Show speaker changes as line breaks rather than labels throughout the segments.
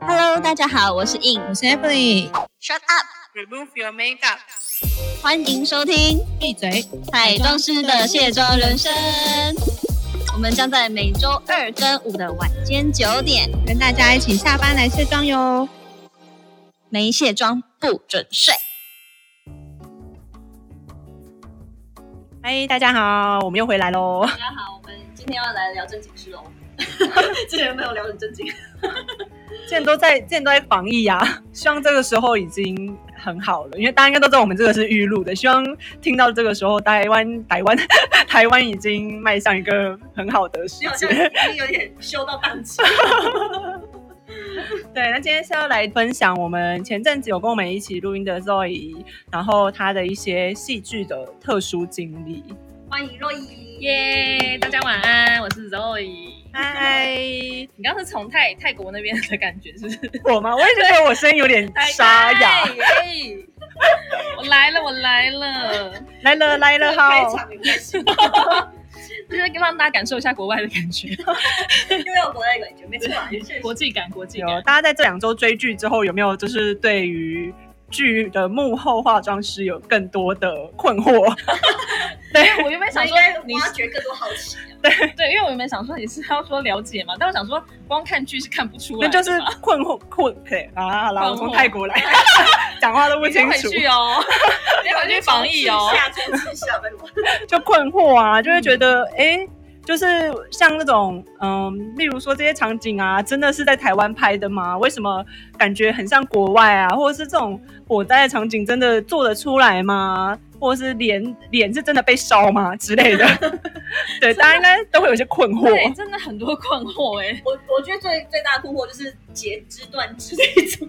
Hello，大家好，我是 In。
我是 Emily，
Shut up！
Remove your makeup.
欢迎收听
闭嘴。
彩妆师的卸妆人生。我们将在每周二跟五的晚间九点，
跟大家一起下班来卸妆哟。
没卸妆不准睡。
嗨，大家好，我们又回来喽。
大家好，我们今天要来聊正经事喽。 之前没有聊很正 经，
现在都在，现在都在防疫啊， 希望这个时候已经很好了，因为大家应该都知道我们这个是预录的，希望听到这个时候，台湾台湾 台湾已经迈向一个很好的世
你好像
界。
已经有点修到宕机。
对，那今天是要来分享我们前阵子有跟我们一起录音的 Zoe，然后她的一些戏剧的特殊经历。
欢迎若依，
耶、大家晚安，我是 Zoe。
嗨，
你刚刚是从泰泰国那边的感觉是不是？
我吗？我也觉得我声音有点 沙哑。
哎。哎我来了，我来了，
来了
嗯
来了
开
哈！
场很开 心，
就是让大家感受一下国外的 感觉，
又要国外感觉，没错啊，也是
国际感，国际
有
感。
大家在这两周追剧之后，有没有就是对于剧的幕后化妆师有更多的困 惑？
我原本
想
想说
应该
你
挖掘更多好奇。
对，因为我原本想说你是要说了解嘛，但我想说光看剧是看不出
那
来的
就
嘛，
是困惑困对啊！好啦，我从
困惑
泰国来， 讲话都不
你先
清
回
楚，
去哦，你回去防疫哦。
下周之下拜托。
就困惑啊，就会觉得
嗯
哎、诶就是像那种嗯，例如说这些场景啊，真的是在台湾拍的吗？为什么感觉很像国外啊？或者是这种火灾的场景真的做得出来吗？或者是脸脸是真的被烧吗之类 的？对，大家应该都会有一些困惑。
对，真的很多困惑哎、
我我觉得最 最大的困惑就是截肢断肢这一组，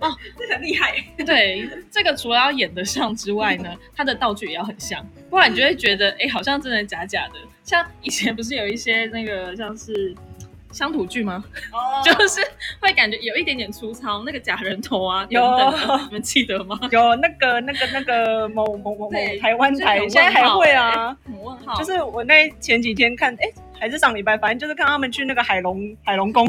哦，这很厉害，
对，这个除了要演得像之外 呢，它的道具也要很像，不然你就会觉得，哎、好像真的假假的。像以前不是有一些那个像是乡土剧吗？
哦
就是会感觉有一点点粗糙，那个假人头啊，
有
等等的你们记得吗？
有那个、那个、那个某某某某
对
台湾台，
就是
现在
很
还
问号
会啊。
很问号，
就是我那前几天看，哎、还是上礼拜，反正就是看他们去那个海龙海龙宫，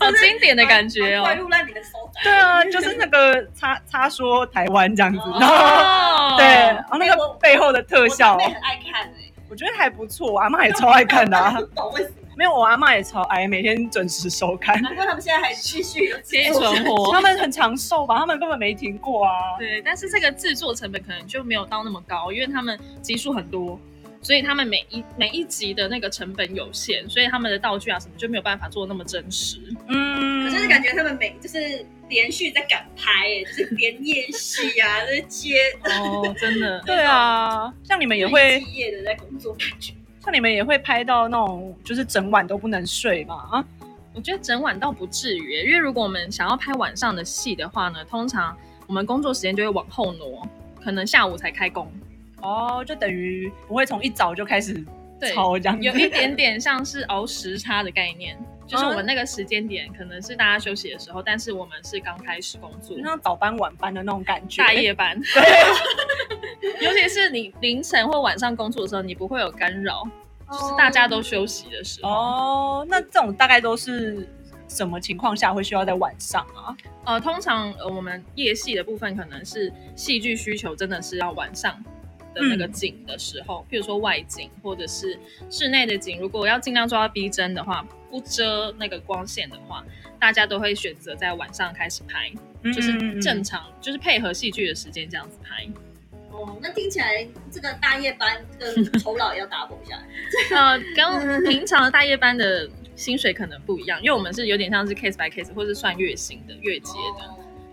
好经典的感觉哦
快。入烂你的 手掌。
对啊，就是那个插插说台湾这样子，
哦
然后
哦
对，然后那
哎我
个背后的特效
我，妹很爱看诶，
我觉得还不错，我阿妈也超爱看的、啊
不，懂为什么，
没有我阿妈也超爱，每天准时收看，
难怪他们现在还继续有
接存活
他。们很长寿吧，他们根本没停过啊。
对，但是这个制作成本可能就没有到那么高，因为他们集数很多，所以他们每一每一集的那个成本有限，所以他们的道具啊什么就没有办法做那么真实。
嗯，
可是感觉他们每就是连续在赶拍 诶，就是连夜戏啊，就是接
哦，真的，
对啊，像你们也会，
继夜的在工作，感觉
像你们也会拍到那种就是整晚都不能睡嘛啊。
我觉得整晚倒不至于，因为如果我们想要拍晚上的戏的话呢，通常我们工作时间就会往后挪，可能下午才开工。
哦，就等于不会从一早就开始
对，
吵这样子，
有一点点像是熬时差的概念，就是我们那个时间点可能是大家休息的时候，但是我们是刚开始工作
就，像早班晚班的那种感觉。哎
大夜班。 尤其是你凌晨或晚上工作的时候，你不会有干扰，就是大家都休息的时候。
哦，那这种大概都是什么情况下会需要在晚上啊？
呃，通常呃我们夜戏的部分可能是戏剧需求真的是要晚上的那个
嗯
景的时候，譬如说外景或者是室内的景，如果要尽量做到逼真的话，不遮那个光线的话，大家都会选择在晚上开始拍，
嗯
就是正常，就是配合戏剧的时间这样子拍。
哦，那听起来这个大夜班这个酬劳也要 double 下来。
呃，
嗯
跟平常的大夜班的薪水可能不一样，因为我们是有点像是 case by case，或是算月薪的、月结
哦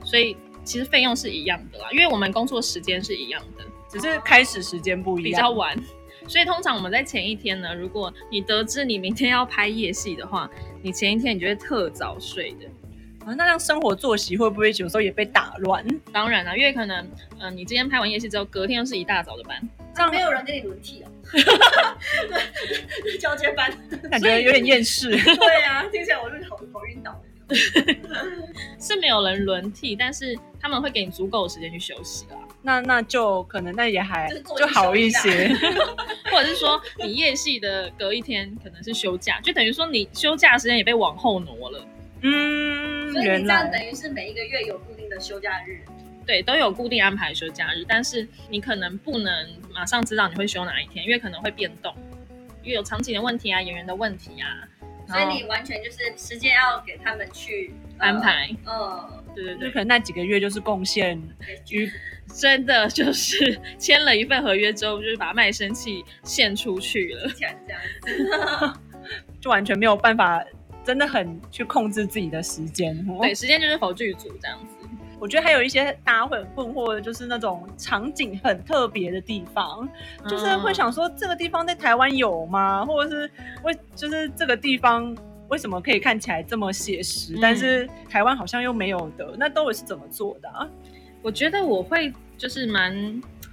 的，所以其实费用是一样的啦，因为我们工作时间是一样的，
只是开始时间不一
比较
样。
晚。所以通常我们在前一天呢，如果你得知你明天要拍夜戏的话，你前一天你就会特早睡的。
啊那让生活作息会不会有时候也被打乱？
当然啦，因为可能，嗯、你今天拍完夜戏之后，隔天又是一大早的班，
这样
没有人跟你轮替 哦。对，交接班。
感觉有点厌世。
对啊，听起来我是头头晕倒。
是没有人轮替，但是他们会给你足够的时间去休息啦。
那那就可能那也还
就是做一
就好一
下
些。
或者是说你夜戏的隔一天可能是休假，就等于说你休假时间也被往后挪了，
嗯，
所以你
原
这样
来
等于是每一个月有固定的休假日，
对，都有固定安排休假日，但是你可能不能马上知道你会休哪一天，因为可能会变动，因为有场景的问题啊，演员的问题啊，
所
然
以
后
你完全就是时间要给他们去、呃
安，排，
嗯，
对对
就
对
可，能那几个月就是贡献于
真的就是 签了一份合约之后，就是把卖身契献出去了。
呃钱这样子。
就完全没有办法，真的很去控制自己的时间。
哦
对，，时间就是否剧组这样子。
我觉得还有一些大家会很困惑的，就是那种场景很特别的地方，
嗯
就是会想说这个地方在台湾有吗？或者是为就是这个地方。为什么可以看起来这么写实，
嗯
但是台湾好像又没有的？那都是怎么做的啊？
我觉得我会就是蛮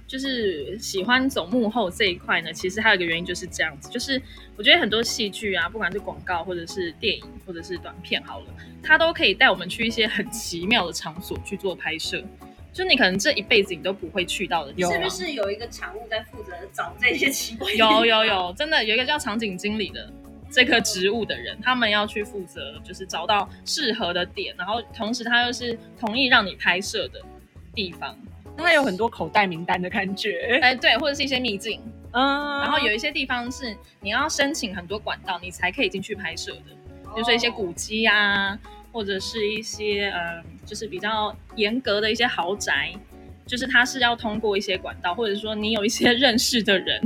就是喜欢走幕后这一块呢，其实还有一个原因就是这样子，就是我觉得很多戏剧啊，不管是广告或者是电影或者是短片好了，它都可以带我们去一些很奇妙的场所去做拍摄，就你可能这一辈子你都不会去到的地
有
方。
是不是有啊一个场务在负责找这些奇怪？
有有有，真的有一个叫场景经理的这个职务的人，他们要去负责，就是找到适合的点，然后同时他又是同意让你拍摄的地方，
它有很多口袋名单的感觉，
哎，对，或者是一些秘境，
嗯，
然后有一些地方是你要申请很多管道，你才可以进去拍摄的，比如说一些古迹啊，或者是一些嗯，就是比较严格的一些豪宅。就是它是要通过一些管道，或者说你有一些 认识的人，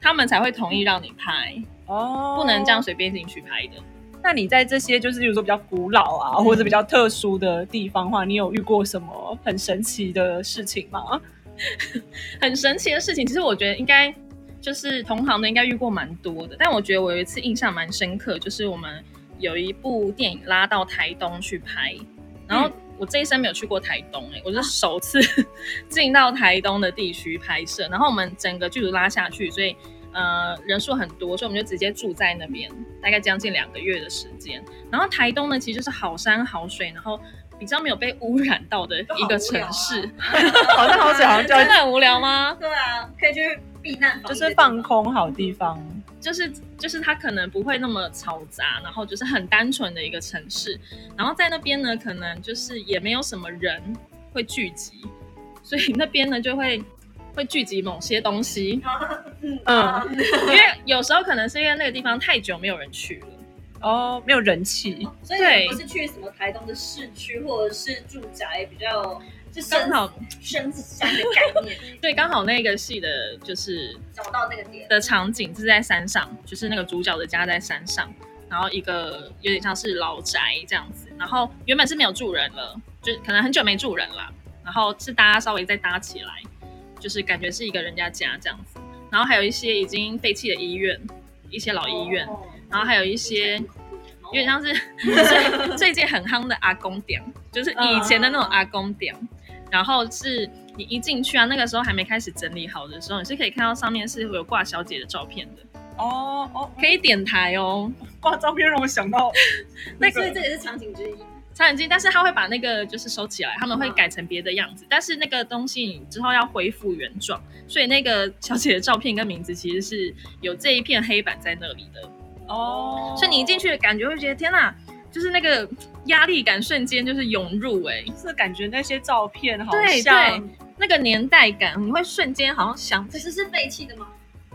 他们才会同意让你拍。
哦，
不能这样随便进去拍的。
那你在这些就是，比如说比较古老啊，
嗯
或者比较特殊的地方的话，你有遇过什么很神奇的事情 吗？
很神奇的事情，其实我觉得应该就是同行的应该遇过蛮多的，但我觉得我有一次印象蛮深刻，就是我们有一部电影拉到台东去拍，然后我这一生没有去过台东、欸，我是首次 进到台东的地区拍摄，然后我们整个剧组拉下去，所以。呃，人数很多，所以我们就直接住在那边，大概将近两个月的时间。然后台东呢，其实就是好山好水，然后比较没有被污染到的一个城市。
好像好水好像就
真的很无聊吗？
对啊，可以去避难
就
房，
是放。空好地方，
就是就是它可能不会那么嘈杂，然后就是很单纯的一个城市。然后在那边呢，可能就是也没有什么人会聚集，所以那边呢就会会聚集某些东西，
嗯，
因为有时候可能是因为那个地方太久没有人去了。
哦，没有人气，
所以
对
你不是去什么台东的市区或者是住宅比较，就
刚
深
好
深山的概念，
对，刚好那个戏的就是
找到那个点。
的场景是在山上，就是那个主角的家在山上，然后一个有点像是老宅这样子，然后原本是没有住人了，就可能很久没住人了，然后是大家稍微再搭起来，就是感觉是一个人家家这样子，然后还有一些已经废弃的医院，一些老医院，
哦
然后还有一些有点像是最最近很夯的阿公店，就是以前的那种阿公店。然后是你一进去啊，那个时候还没开始整理好的时候，你是可以看到上面是有挂小姐的照片的，
哦哦，
可以点台哦，
挂照片让我想到那
所以
个
这也是场景之一。
超眼镜。但是他会把那个就是收起来，他们会改成别的样子，但是那个东西你之后要恢复原状，所以那个小姐的照片跟名字其实是有这一片黑板在那里的。
哦，
所以你一进去，感觉会觉得天哪，就是那个压力感瞬间就是涌入哎、
是感觉那些照片好
对
像
那个年代感，你会瞬间好像想，
可是是废弃的吗？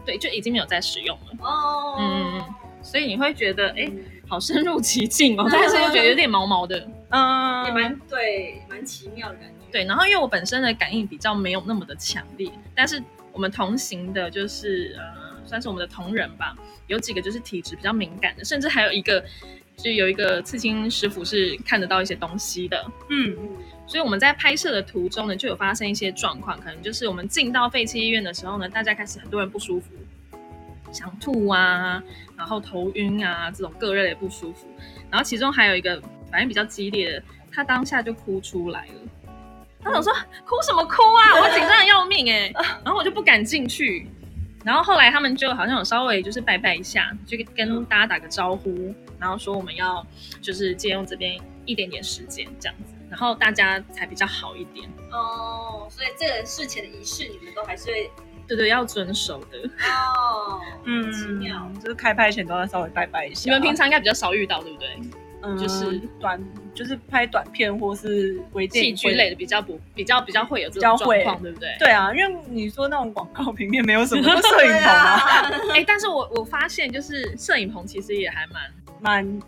对，就已经没有在使用了，
哦，
嗯嗯所以你会觉得哎、诶
嗯
好深入其境 哦，但是又觉得有点毛毛的。
也
嗯，
蛮对，蛮奇妙的感觉。
对，然后因为我本身的感应比较没有那么的强烈，但是我们同行的就是呃，算是我们的同仁吧，有几个就是体质比较敏感的，甚至还有一个就有一个刺青师傅是看得到一些东西的，
嗯，
嗯，
所以我们在拍摄的途中呢，就有发生一些状况，可能就是我们进到废弃医院的时候呢，大家开始很多人不舒服，想吐啊，然后头晕啊，这种各类的不舒服。然后其中还有一个反应比较激烈的，他当下就哭出来了。他想说哭什么哭啊，我紧张的要命哎、然后我就不敢进去。然后后来他们就好像有稍微就是拜拜一下，就跟大家打个招呼，然后说我们要就是借用这边一点点时间这样子，然后大家才比较好一点。
哦，所以这个事前的仪式你们都还是会
对对，要遵守的。
哦，
嗯
奇妙。
就是开拍前都要稍微拜拜一下。
你们平常应该比较少遇到，对不对？
嗯，
就是
短，就是拍短片或是微电
戏
影
剧类的比较不比较比较会有这
比较
种状
会
况，对不对？
对啊，因为你说那种广告平面没有 什么都摄影棚啊，
哎、但是我我发现就是摄影棚其实也还蛮
蛮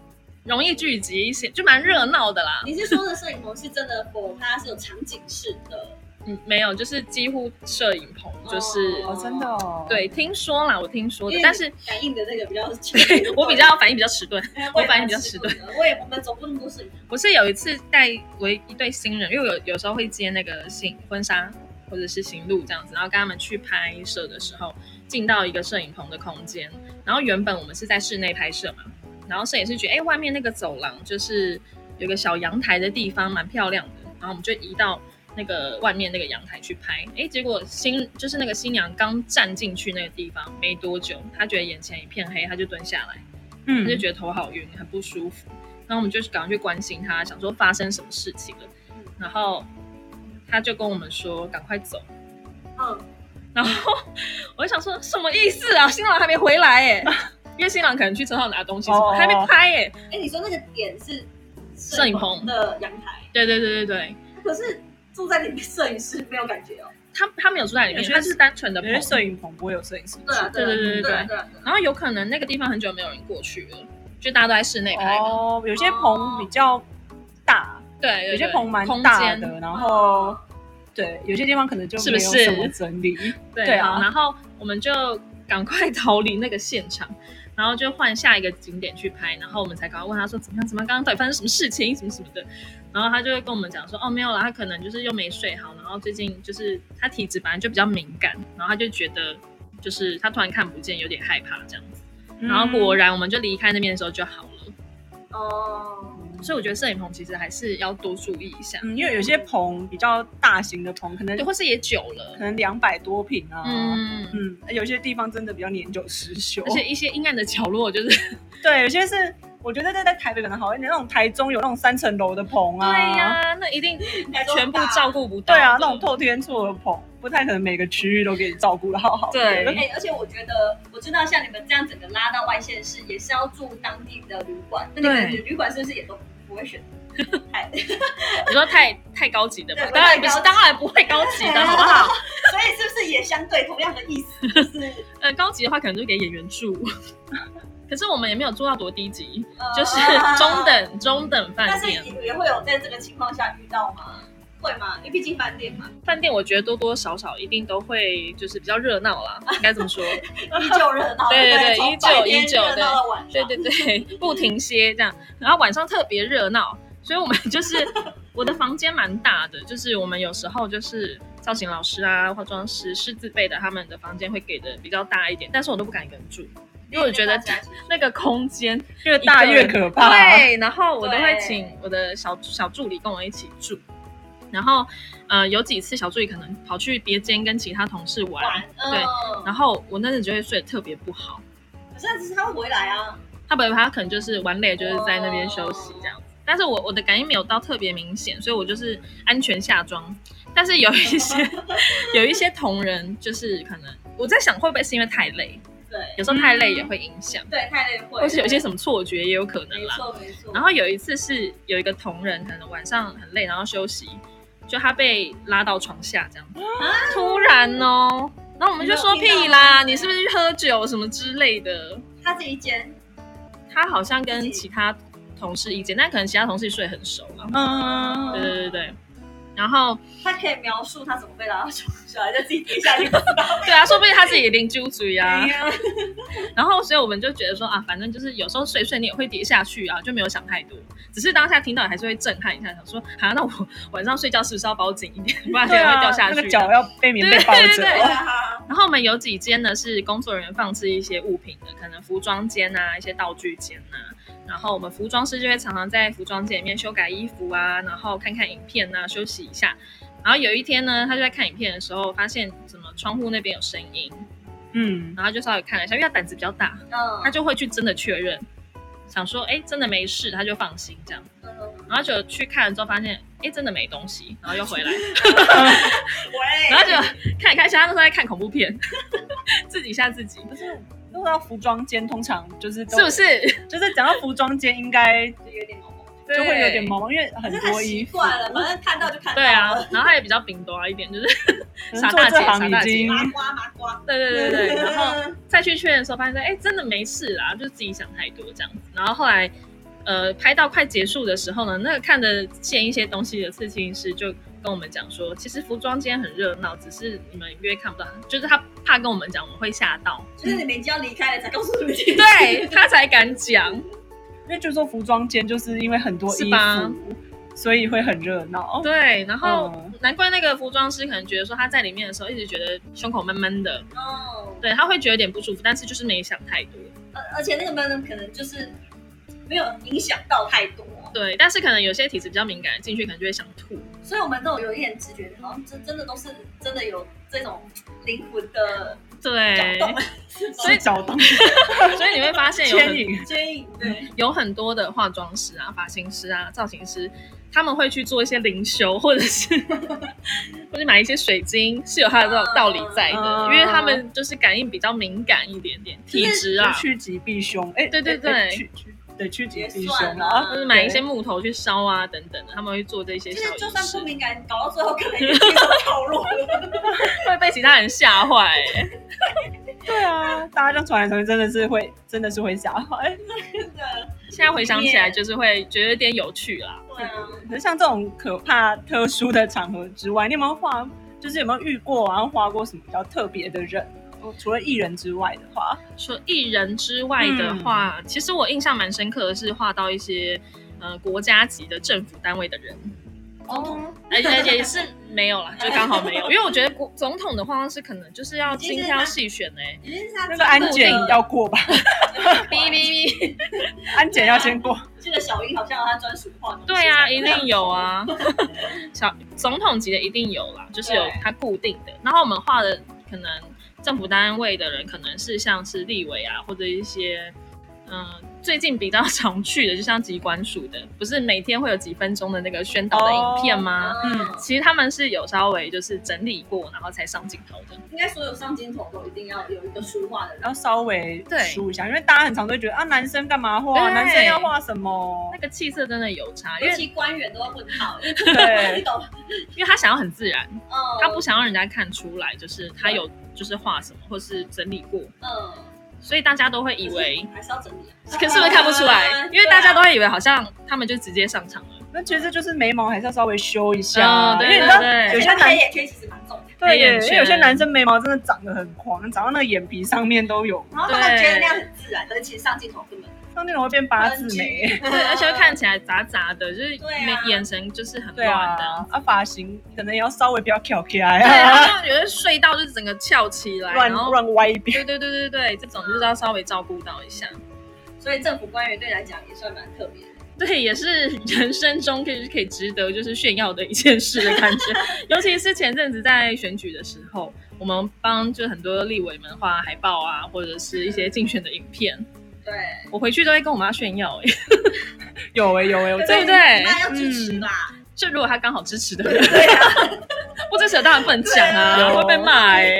容易聚集一些，就蛮热闹的啦。
你是说的摄影棚是真的否它是有场景式的？
嗯，没有，就是几乎摄影棚就是、
哦真的
哦
对，听说啦，我听说的
因，为
但是，
感应的那个比较强
我比较反应比较迟钝。
因为
我
也
反应
蛮
比较
迟
迟钝
钝的，我也我们走过那么多摄影棚，
我是有一次带我一对新人，因为我有有时候会接那个新婚纱或者是行路这样子，然后跟他们去拍摄的时候，进到一个摄影棚的空间，然后原本我们是在室内拍摄嘛，然后摄影师觉得哎、外面那个走廊就是有个小阳台的地方蛮漂亮的，然后我们就移到。那个外面那个阳台去拍，哎，结果新就是那个新娘刚站进去那个地方没多久，她觉得眼前一片黑，她就蹲下来，
嗯
他就觉得头好晕，很不舒服。然后我们就赶快去关心他，想说发生什么事情了。
嗯
然后他就跟我们说赶快走。
嗯，
然后
嗯
我就想说什么意思啊？新郎还没回 来耶，因为新郎可能去车上拿东西什么，
哦
还没拍耶。
哎、你说那个点是
摄影棚
的阳台，
对对对对对，
可是住在里面摄影师没有感觉哦。
他他没有住在里
有
面，
些
他是单纯的
得
棚
因为摄影棚不会有摄影师去，
对啊，啊，
对对对对
对啊对啊
然后有可能那个地方很久没有人过去了，就大家都在室内拍嘛。
哦，有些棚比较大，
对对对，
有些棚蛮
空
大
间
的，然后对，有些地方可能就是没
不
有
是
什么整理，
对
对啊
好然后我们就赶快逃离那个现场，然后就换下一个景点去拍，然后我们才赶快问他说怎么样怎么样，刚刚到底发生什么事情什么什么的，然后他就会跟我们讲说哦没有啦，他可能就是又没睡好，然后最近就是他体质本来就比较敏感，然后他就觉得就是他突然看不见，有点害怕这样子，
嗯
然后果
然
然我们就离开那边的时候就好了，
哦，
所以我觉得摄影棚其实还是要多注意一下，
嗯，因为有些棚比较大型的棚，可能
对，或是也久
可
了，
能两百多平啊，
嗯。
嗯，有些地方真的比较年久失修，
而且一些阴暗的角落，就是
对，有些是我觉得在在台北可能好一点，那种台中有那种三层楼的棚
对
啊，
呀、那一定全部照顾不到。
对啊，那种透天厝的棚，不太可能每个区域都给你照顾的好好的。
对
哎、而且我觉得，我知道像你们这样整个拉到外县市，也是要住当地的旅馆。那你们
对
旅馆是不是也都不会选？
你说太太高级的吧？
对
当然不
不
是，
太高级
当然不会高级 的，好不好？
所以是不是也相对同样的意思？就是、
呃，高级的话可能就给演员住， 可是我们也没有做到多低级，
呃
就是中。等中等饭
但是
店。
也也会有在这个情况下遇到吗？会吗？因为毕竟饭店 嘛，
饭店我觉得多多少少一定都会就是比较热闹啦，应该这么说。
依旧热闹，
对对
对
对
从
依旧
白天
依旧
热闹到晚
对
上，
对对， 不停歇这样，然后晚上特别热闹，所以我们就是我的房间蛮大的，就是我们有时候就是造型老师啊、化妆师是自备的，他们的房间会给的比较大一点，但是我都不敢一个人住，因为我觉得那个空间
越大越可怕。
对，然后我都会
对
请我的小小助理跟我一起住。然后，呃，有几次小助理可能跑去别间跟其他同事玩，
晚，
对
嗯
然后我那阵就会睡得特别不好。
可是只是他会回来啊，
他本来他可能就是玩累，就是在那边休息这样子。但是我我的感应没有到特别明显，所以我就是安全下妆。但是有一 些有一些同仁，就是可能我在想会不会是因为太累，
对
有时候太累也会影响，
对，太累会，
或是有一些什么错觉也有可能
没
啦。
错没错，
然后有一次是有一个同仁，可能晚上很累，然后休息，就他被拉到床下这样，突然哦，然后我们就说
啊你没有听到
屁啦，你是不是去喝酒什么之类的？
他这一间
他好像跟其他同事意见，但可能其他同事睡很熟了。
嗯，
对对对对。然后，
他可以描述他怎么被拉到床上，就自己跌下去，不知道
对啊，说不定他自己邻居 嘴啊
哎。呀
然后，所以我们就觉得说啊，反正就是有时候睡睡你也会跌下去啊，就没有想太多。只是当下听到还是会震撼一下，想说啊，那我晚上睡觉是不是要包紧一点， 不然可
对
能会
啊，
掉下
那
去
个
这样。
脚要被棉被包
对对对
着。嗯
啊。
然后我们有几间呢是工作人员放置一些物品的，可能服装间啊、一些道具间啊。然后我们服装师就会常常在服装间里面修改衣服啊，然后看看影片啊，休息一下。然后有一天呢，他就在看影片的时候，发现怎么窗户那边有声音，
嗯，
然后就稍微看了一下，因为他胆子比较大，
嗯
他就会去真的确认，想说哎真的没事，他就放心这样。
嗯
然后就去看了之后发现哎真的没东西，然后又回来，
喂，
然后就看一看，像他那时候在看恐怖片， 自己吓自己，
可是弄到服装间，通常就是都
是不？是？
就是讲到服装间，应该
就有点毛
就会有点
对
毛毛，因为很
可是
多
很
衣
习
服。
惯了，反正看到就看到
对啊
了，，
然后他也比较饼多一点，就是
可
傻
嗯能做
大姐
这行
啊傻
已
大姐
经
麻瓜麻瓜，
对对对对，对然后再去确认的时候，发现说，哎，真的没事啦，就自己想太多这样子。然后后来，呃，拍到快结束的时候呢，那个看得见一些东西的刺青师就跟我们讲说，其实服装间很热闹，只是你们约看不到，就是他怕跟我们讲，我们会吓 到，
就是你们已经要离开了才告诉你们这件事
对他才敢讲。
因为就说服装间就是因为很多
是
衣
吧
服，所以会很热闹。
对，然后
嗯
难怪那个服装师可能觉得说他在里面的时候一直觉得胸口闷闷的，
哦，
对他会觉得有点不舒服，但是就是没想太多。
而而且那个闷可能就是没有影响到太多，
对，但是可能有些体质比较敏感的进去可能就会想吐。
所以我们这种有一点直觉，好像真真的都是真的有这种灵魂的
对
搅，动，
所以
是脚当
所以你会发现有
牵
很
引，
所以对，
有很多的化妆师啊、发型师啊、造型师，他们会去做一些灵修，或者是或者买一些水晶，是有它的这种道理在的，
嗯
因为他们就是感应比较敏感一点点，体质啊，
趋吉避凶。哎，
对对
哎哎
对
趋趋对趋吉
也
避
算
凶
了
啊，
或者买一些木头去烧啊等等的，他们会做这些
就
小
是
仪
就算
式
不，敏感，搞到最后可能 也是一种套路。
会被其他人吓 坏、欸。
对啊，大家这样传来传去，真的是会，真的是会吓坏。
真的，
现在回想起来，就是会觉得有点有趣啦。
对啊，
可是像这种可怕特殊的场合之外，你有没有画？就是有没有遇过，然后画过什么比较特别的人？哦除了艺人之外的话，
说艺人之外的话，其实我印象蛮深刻的是画到一些呃国家级的政府单位的人，
哦，
而且而且是没有啦，就刚好没有，因为我觉得国总统的化妆师可能就是要精挑细选哎、欸，
已经是他
那个安检要过吧？
哔哔哔，
安
啊
检要先过。
这个小樱好像有他专属化妆师
对啊，
才
一定有 啊，小总统级的一定有啦，就是有
对
它固定的。然后我们画的可能政府单位的人，可能是像是立委啊，或者一些。嗯，最近比较常去的，就像机关署的，不是每天会有几分钟的那个宣导的影片吗
嗯，
其实他们是有稍微就是整理过，然后才上镜头的。
应该所有上镜头都一定要有一个梳化的人。
要稍微
对
梳一下，因为大家很常都会觉得啊，男生干嘛画？
对
男生要画什么
那？个气色真的有差，因
尤
为
其官员都会问号，因为你
对，
懂，
因为他想要很自然，
嗯，
他不，想让人家看出来，就是他有就是画什么或是整理过，
嗯，
所以大家都会以为，
还是要整理啊，
可是不是看不出
啊
来？因为大家都会以为好像他们就直接上场了，
那其实就是眉毛还是要稍微修一下，
嗯，对
因为你
对
知道
对
有
对，
些男
黑眼圈其实蛮重的，
对耶
黑眼，
因
圈
为有些男生眉毛真的长得很狂，长到那个眼皮上面都有，
然后他们觉得那样很自然，可是其实上镜头根本
像那种会变八字眉。
对，而且会看起来杂杂的，就是
对啊
眼神就是很
对
乱
啊
的。，
啊发型可能也要稍微不要翘起来
对，
啊，
然后有的睡到就是整个翘起来，
乱
然后
乱歪一 边。
对对对对对，这种就是要稍微照顾到一下。
所以政府官员对你来讲也算蛮特别的。
对，也是人生中可以可以值得就是炫耀的一件事的 感觉，尤其是前阵子在选举的时候，我们帮就很多立委们画海报啊，或者是一些竞选的影片，
对，
我回去都会跟我妈炫耀、欸，
有哎有哎，我
哦对
这
不对？嗯
那要支持啦。
就如果他刚好支持的人，
对 啊，
不支持的当然不能讲
对
啊，
啊
会被骂哎、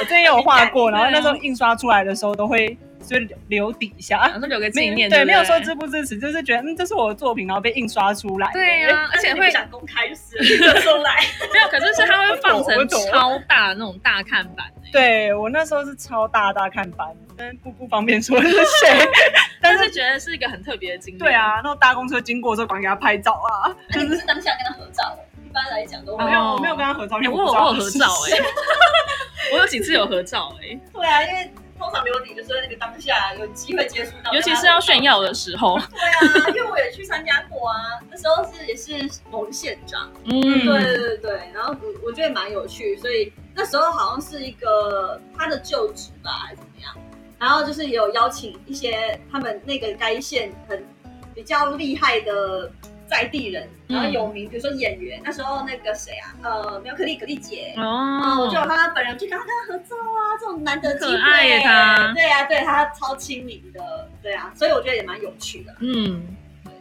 我之前也有画过，
对
然
啊
后那时候印刷出来的时候都会就留留底一下。
想说留个纪
没
念，
对，
不
没有说支不支持，就是觉得嗯，这是我的作品，然后被印刷出来。
对啊，而且
你
会
不想公开就是了出 来，
没有，可是是他会放
我
成
懂我懂
超大那种大看板、欸，
对我那时候是超大大看板，但不不方便说是 谁。
但是觉得是一个很特别的经历。
对，啊，那种搭公车经过的时候，赶快给他拍照啊。
那哎你不是当下跟他合照的？一般来讲都
我
会
没。有，我没有跟他合照，因
欸、
为
我
不
有
知道
我
是
有合照哎、
谁
我有几次有合照哎、
对啊，因为通常没有理的时候，那个当下有机会接触到，
尤其是要炫耀的。时候，
对啊，因为我也去参加过啊，那时候是也是某县长，
嗯，
对对对对，然后我我觉得蛮有趣，所以那时候好像是一个他的就职吧，还是怎么样，然后就是也有邀请一些他们那个该县很比较厉害的在地人，然后有名，比如说演员，那时候那个谁啊，呃，苗可丽可丽姐。
嗯
然后
哦
我就有看她本人，去跟她跟她合照啊，这种难得机
很
会，
可爱耶她
对啊，对她超亲民的，对啊，所以我觉得也蛮有趣的。
嗯，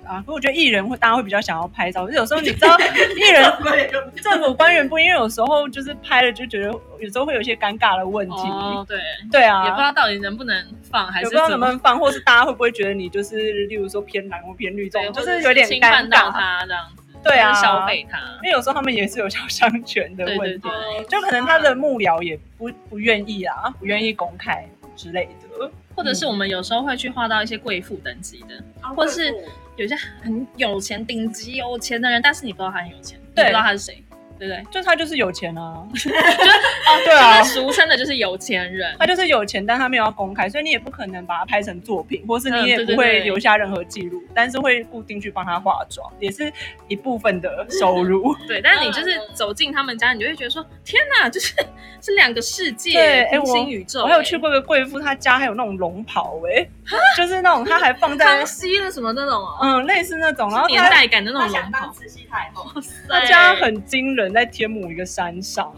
啊。可我觉得艺人会大家会比较想要拍照，就是有时候你知道艺人
对，就
政府官员不，因为有时候就是拍了就觉得有时候会有一些尴尬的问题，
哦，对，也
对
不知
啊。
道到底能不能放，
嗯
还
也
是
不知道
怎
能不
么
能放，或是大家会不会觉得你就是，例如说偏蓝或偏绿这
对，
种，就
或者
有点
侵
尴
犯到
尬。
他这样子，
对啊
或者消费他
因，为有时候他们也是有 肖像权的
对
问
对啊
题
对，，
就可能他的幕僚也不不愿意啊，不愿意公开之类的。
或者是我们有时候会去画到一些贵妇等级的，或是有些很有钱、顶级有钱的人，但是你不知道他很有钱，你不
对
知道他是谁，对不对？
就他就是有钱 啊，啊对啊
就是，俗称的就是有钱人，
他就是有钱，但他没有要公开，所以你也不可能把它拍成作品，或是你也
嗯
不
对对
会
对
留下任何记录，但是会固定去帮他化妆，也是一部分的收入。
对。但是你就是走进他们家，你就会觉得说，天哪，就是 是两个世
对
界，
哎
平行宇宙。
我还有
哎
去过一个贵妇，她家还有那种龙袍、哎，就是那种她还放在
康熙了什么那种哦，
嗯类似那种，然后
年
她
代欸感的那
他
种
想
龙
当
袍，
慈禧太后，
她家很惊人，在天母一个山 上，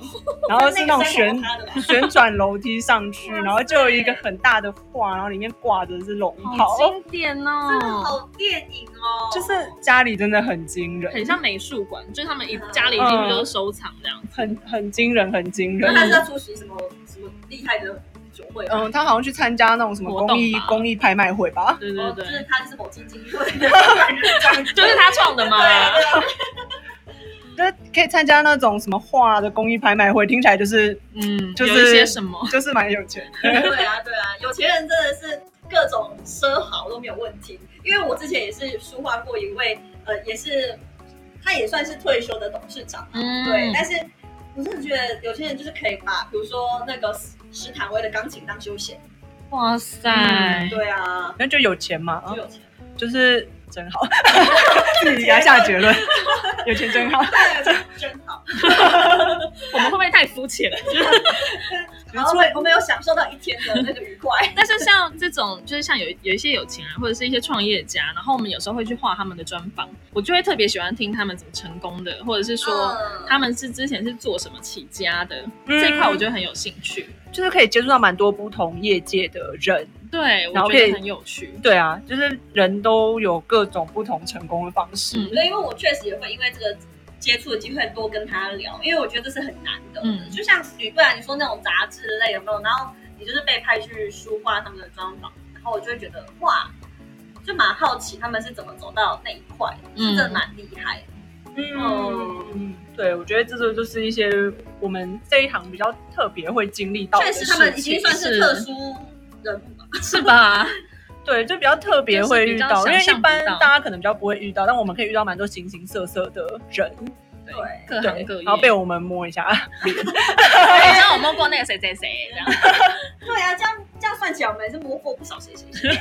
然后是那种
选
旋 旋转楼梯上去，
哇塞
然后就有一个很大的画，然后里面挂着是龙
好
袍，
经典
真的
哦。
好电影哦，
就是家里真的很惊人，
很像美术馆，就是他们一家里一
嗯
进去都是收藏这样子。
很很惊人，很惊
那他是
人。
要出席什么什么厉害的酒会吗？
嗯，他好像去参加那种什么公益
活动吧
公益拍卖会吧，
嗯对
哦
对
就是
对，
他是某基金会的人，这样子
就是他创的嘛。
就是可以参加那种什么画的公益拍卖会，听起来就是
嗯，
就是
有一些什么，
就是蛮有钱的。
对啊，对啊，有钱人真的是各种奢豪都没有问题。因为我之前也是书画过一位，呃，也是他也算是退休的董事长，
嗯，
对。但是我真的觉得有些人就是可以把，比如说那个史史坦威的钢琴当休闲，
哇塞，
嗯
对啊，
那就有钱嘛，啊
就有钱。
就是真 好，自己来下结论，有钱真好。
对，真好。
我们会不会太肤浅了？
然后我我没有享受到一天的那个愉快。
但是像这种，就是像有有一些有钱人或者是一些创业家，然后我们有时候会去画他们的专访，我就会特别喜欢听他们怎么成功的，或者是说
嗯
他们是之前是做什么起家的，
嗯
这一块我觉得很有兴趣。
就是可以接触到蛮多不同业界的人，
对，我
然后
觉
可以
得很有趣。
对啊，就是人都有各种不同成功的方式。
嗯
对，因为我确实也会因为这个接触的机会多跟他聊，因为我觉得这是很难的。
嗯
就像你不然你说那种杂志类有没有？然后你就是被派去书画他们的专访，然后我就会觉得哇，就蛮好奇他们是怎么走到那一块，
嗯
是真的蛮厉害的。
嗯，对，我觉得这个就是一些我们这一行比较特别会经历到的
确
事
实，
情，
他们已经算是
是
特殊人物吧。
是吧？
对，就比较特别会遇到，
就
因
是比较
为
想象
一般
不到
大家可能比较不会遇到，但我们可以遇到蛮多形形色色的人，
对，
各行
对
各，业。
然后被我们摸一下，
哎你知道我摸过那个谁谁谁这样。
对啊，这样这样算起来，我们也是摸过不少谁谁 谁。对，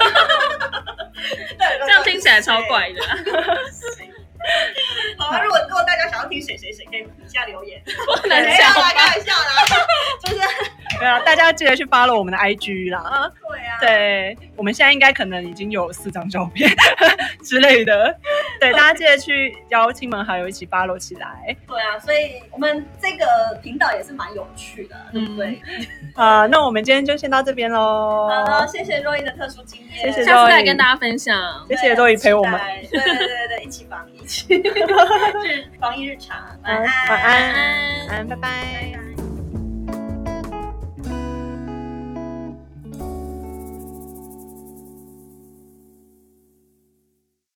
这样听起来超怪 的。
好啊，如果如果大家想要听谁谁谁，可以底下留言。
不
没有啊
能讲
啦，开玩笑啦，就是
对啊，大家记得去 follow 我们的 IG 啦。
对啊，
对，我们现在应该可能已经有四张照片 之类的，对，大家记得去邀亲朋好友一起 follow 起来。
对啊，所以我们这个频道也是蛮有趣的，
嗯
对不对？
啊，那我们今天就先到这边喽。
好了，谢谢若英的特殊经验，
哦谢谢
下次再跟大家分享。
谢谢若雨陪我们，
对对对对对，一起 防疫，一起日防疫日常，晚安，
晚安
晚安
嗯，拜拜
拜拜。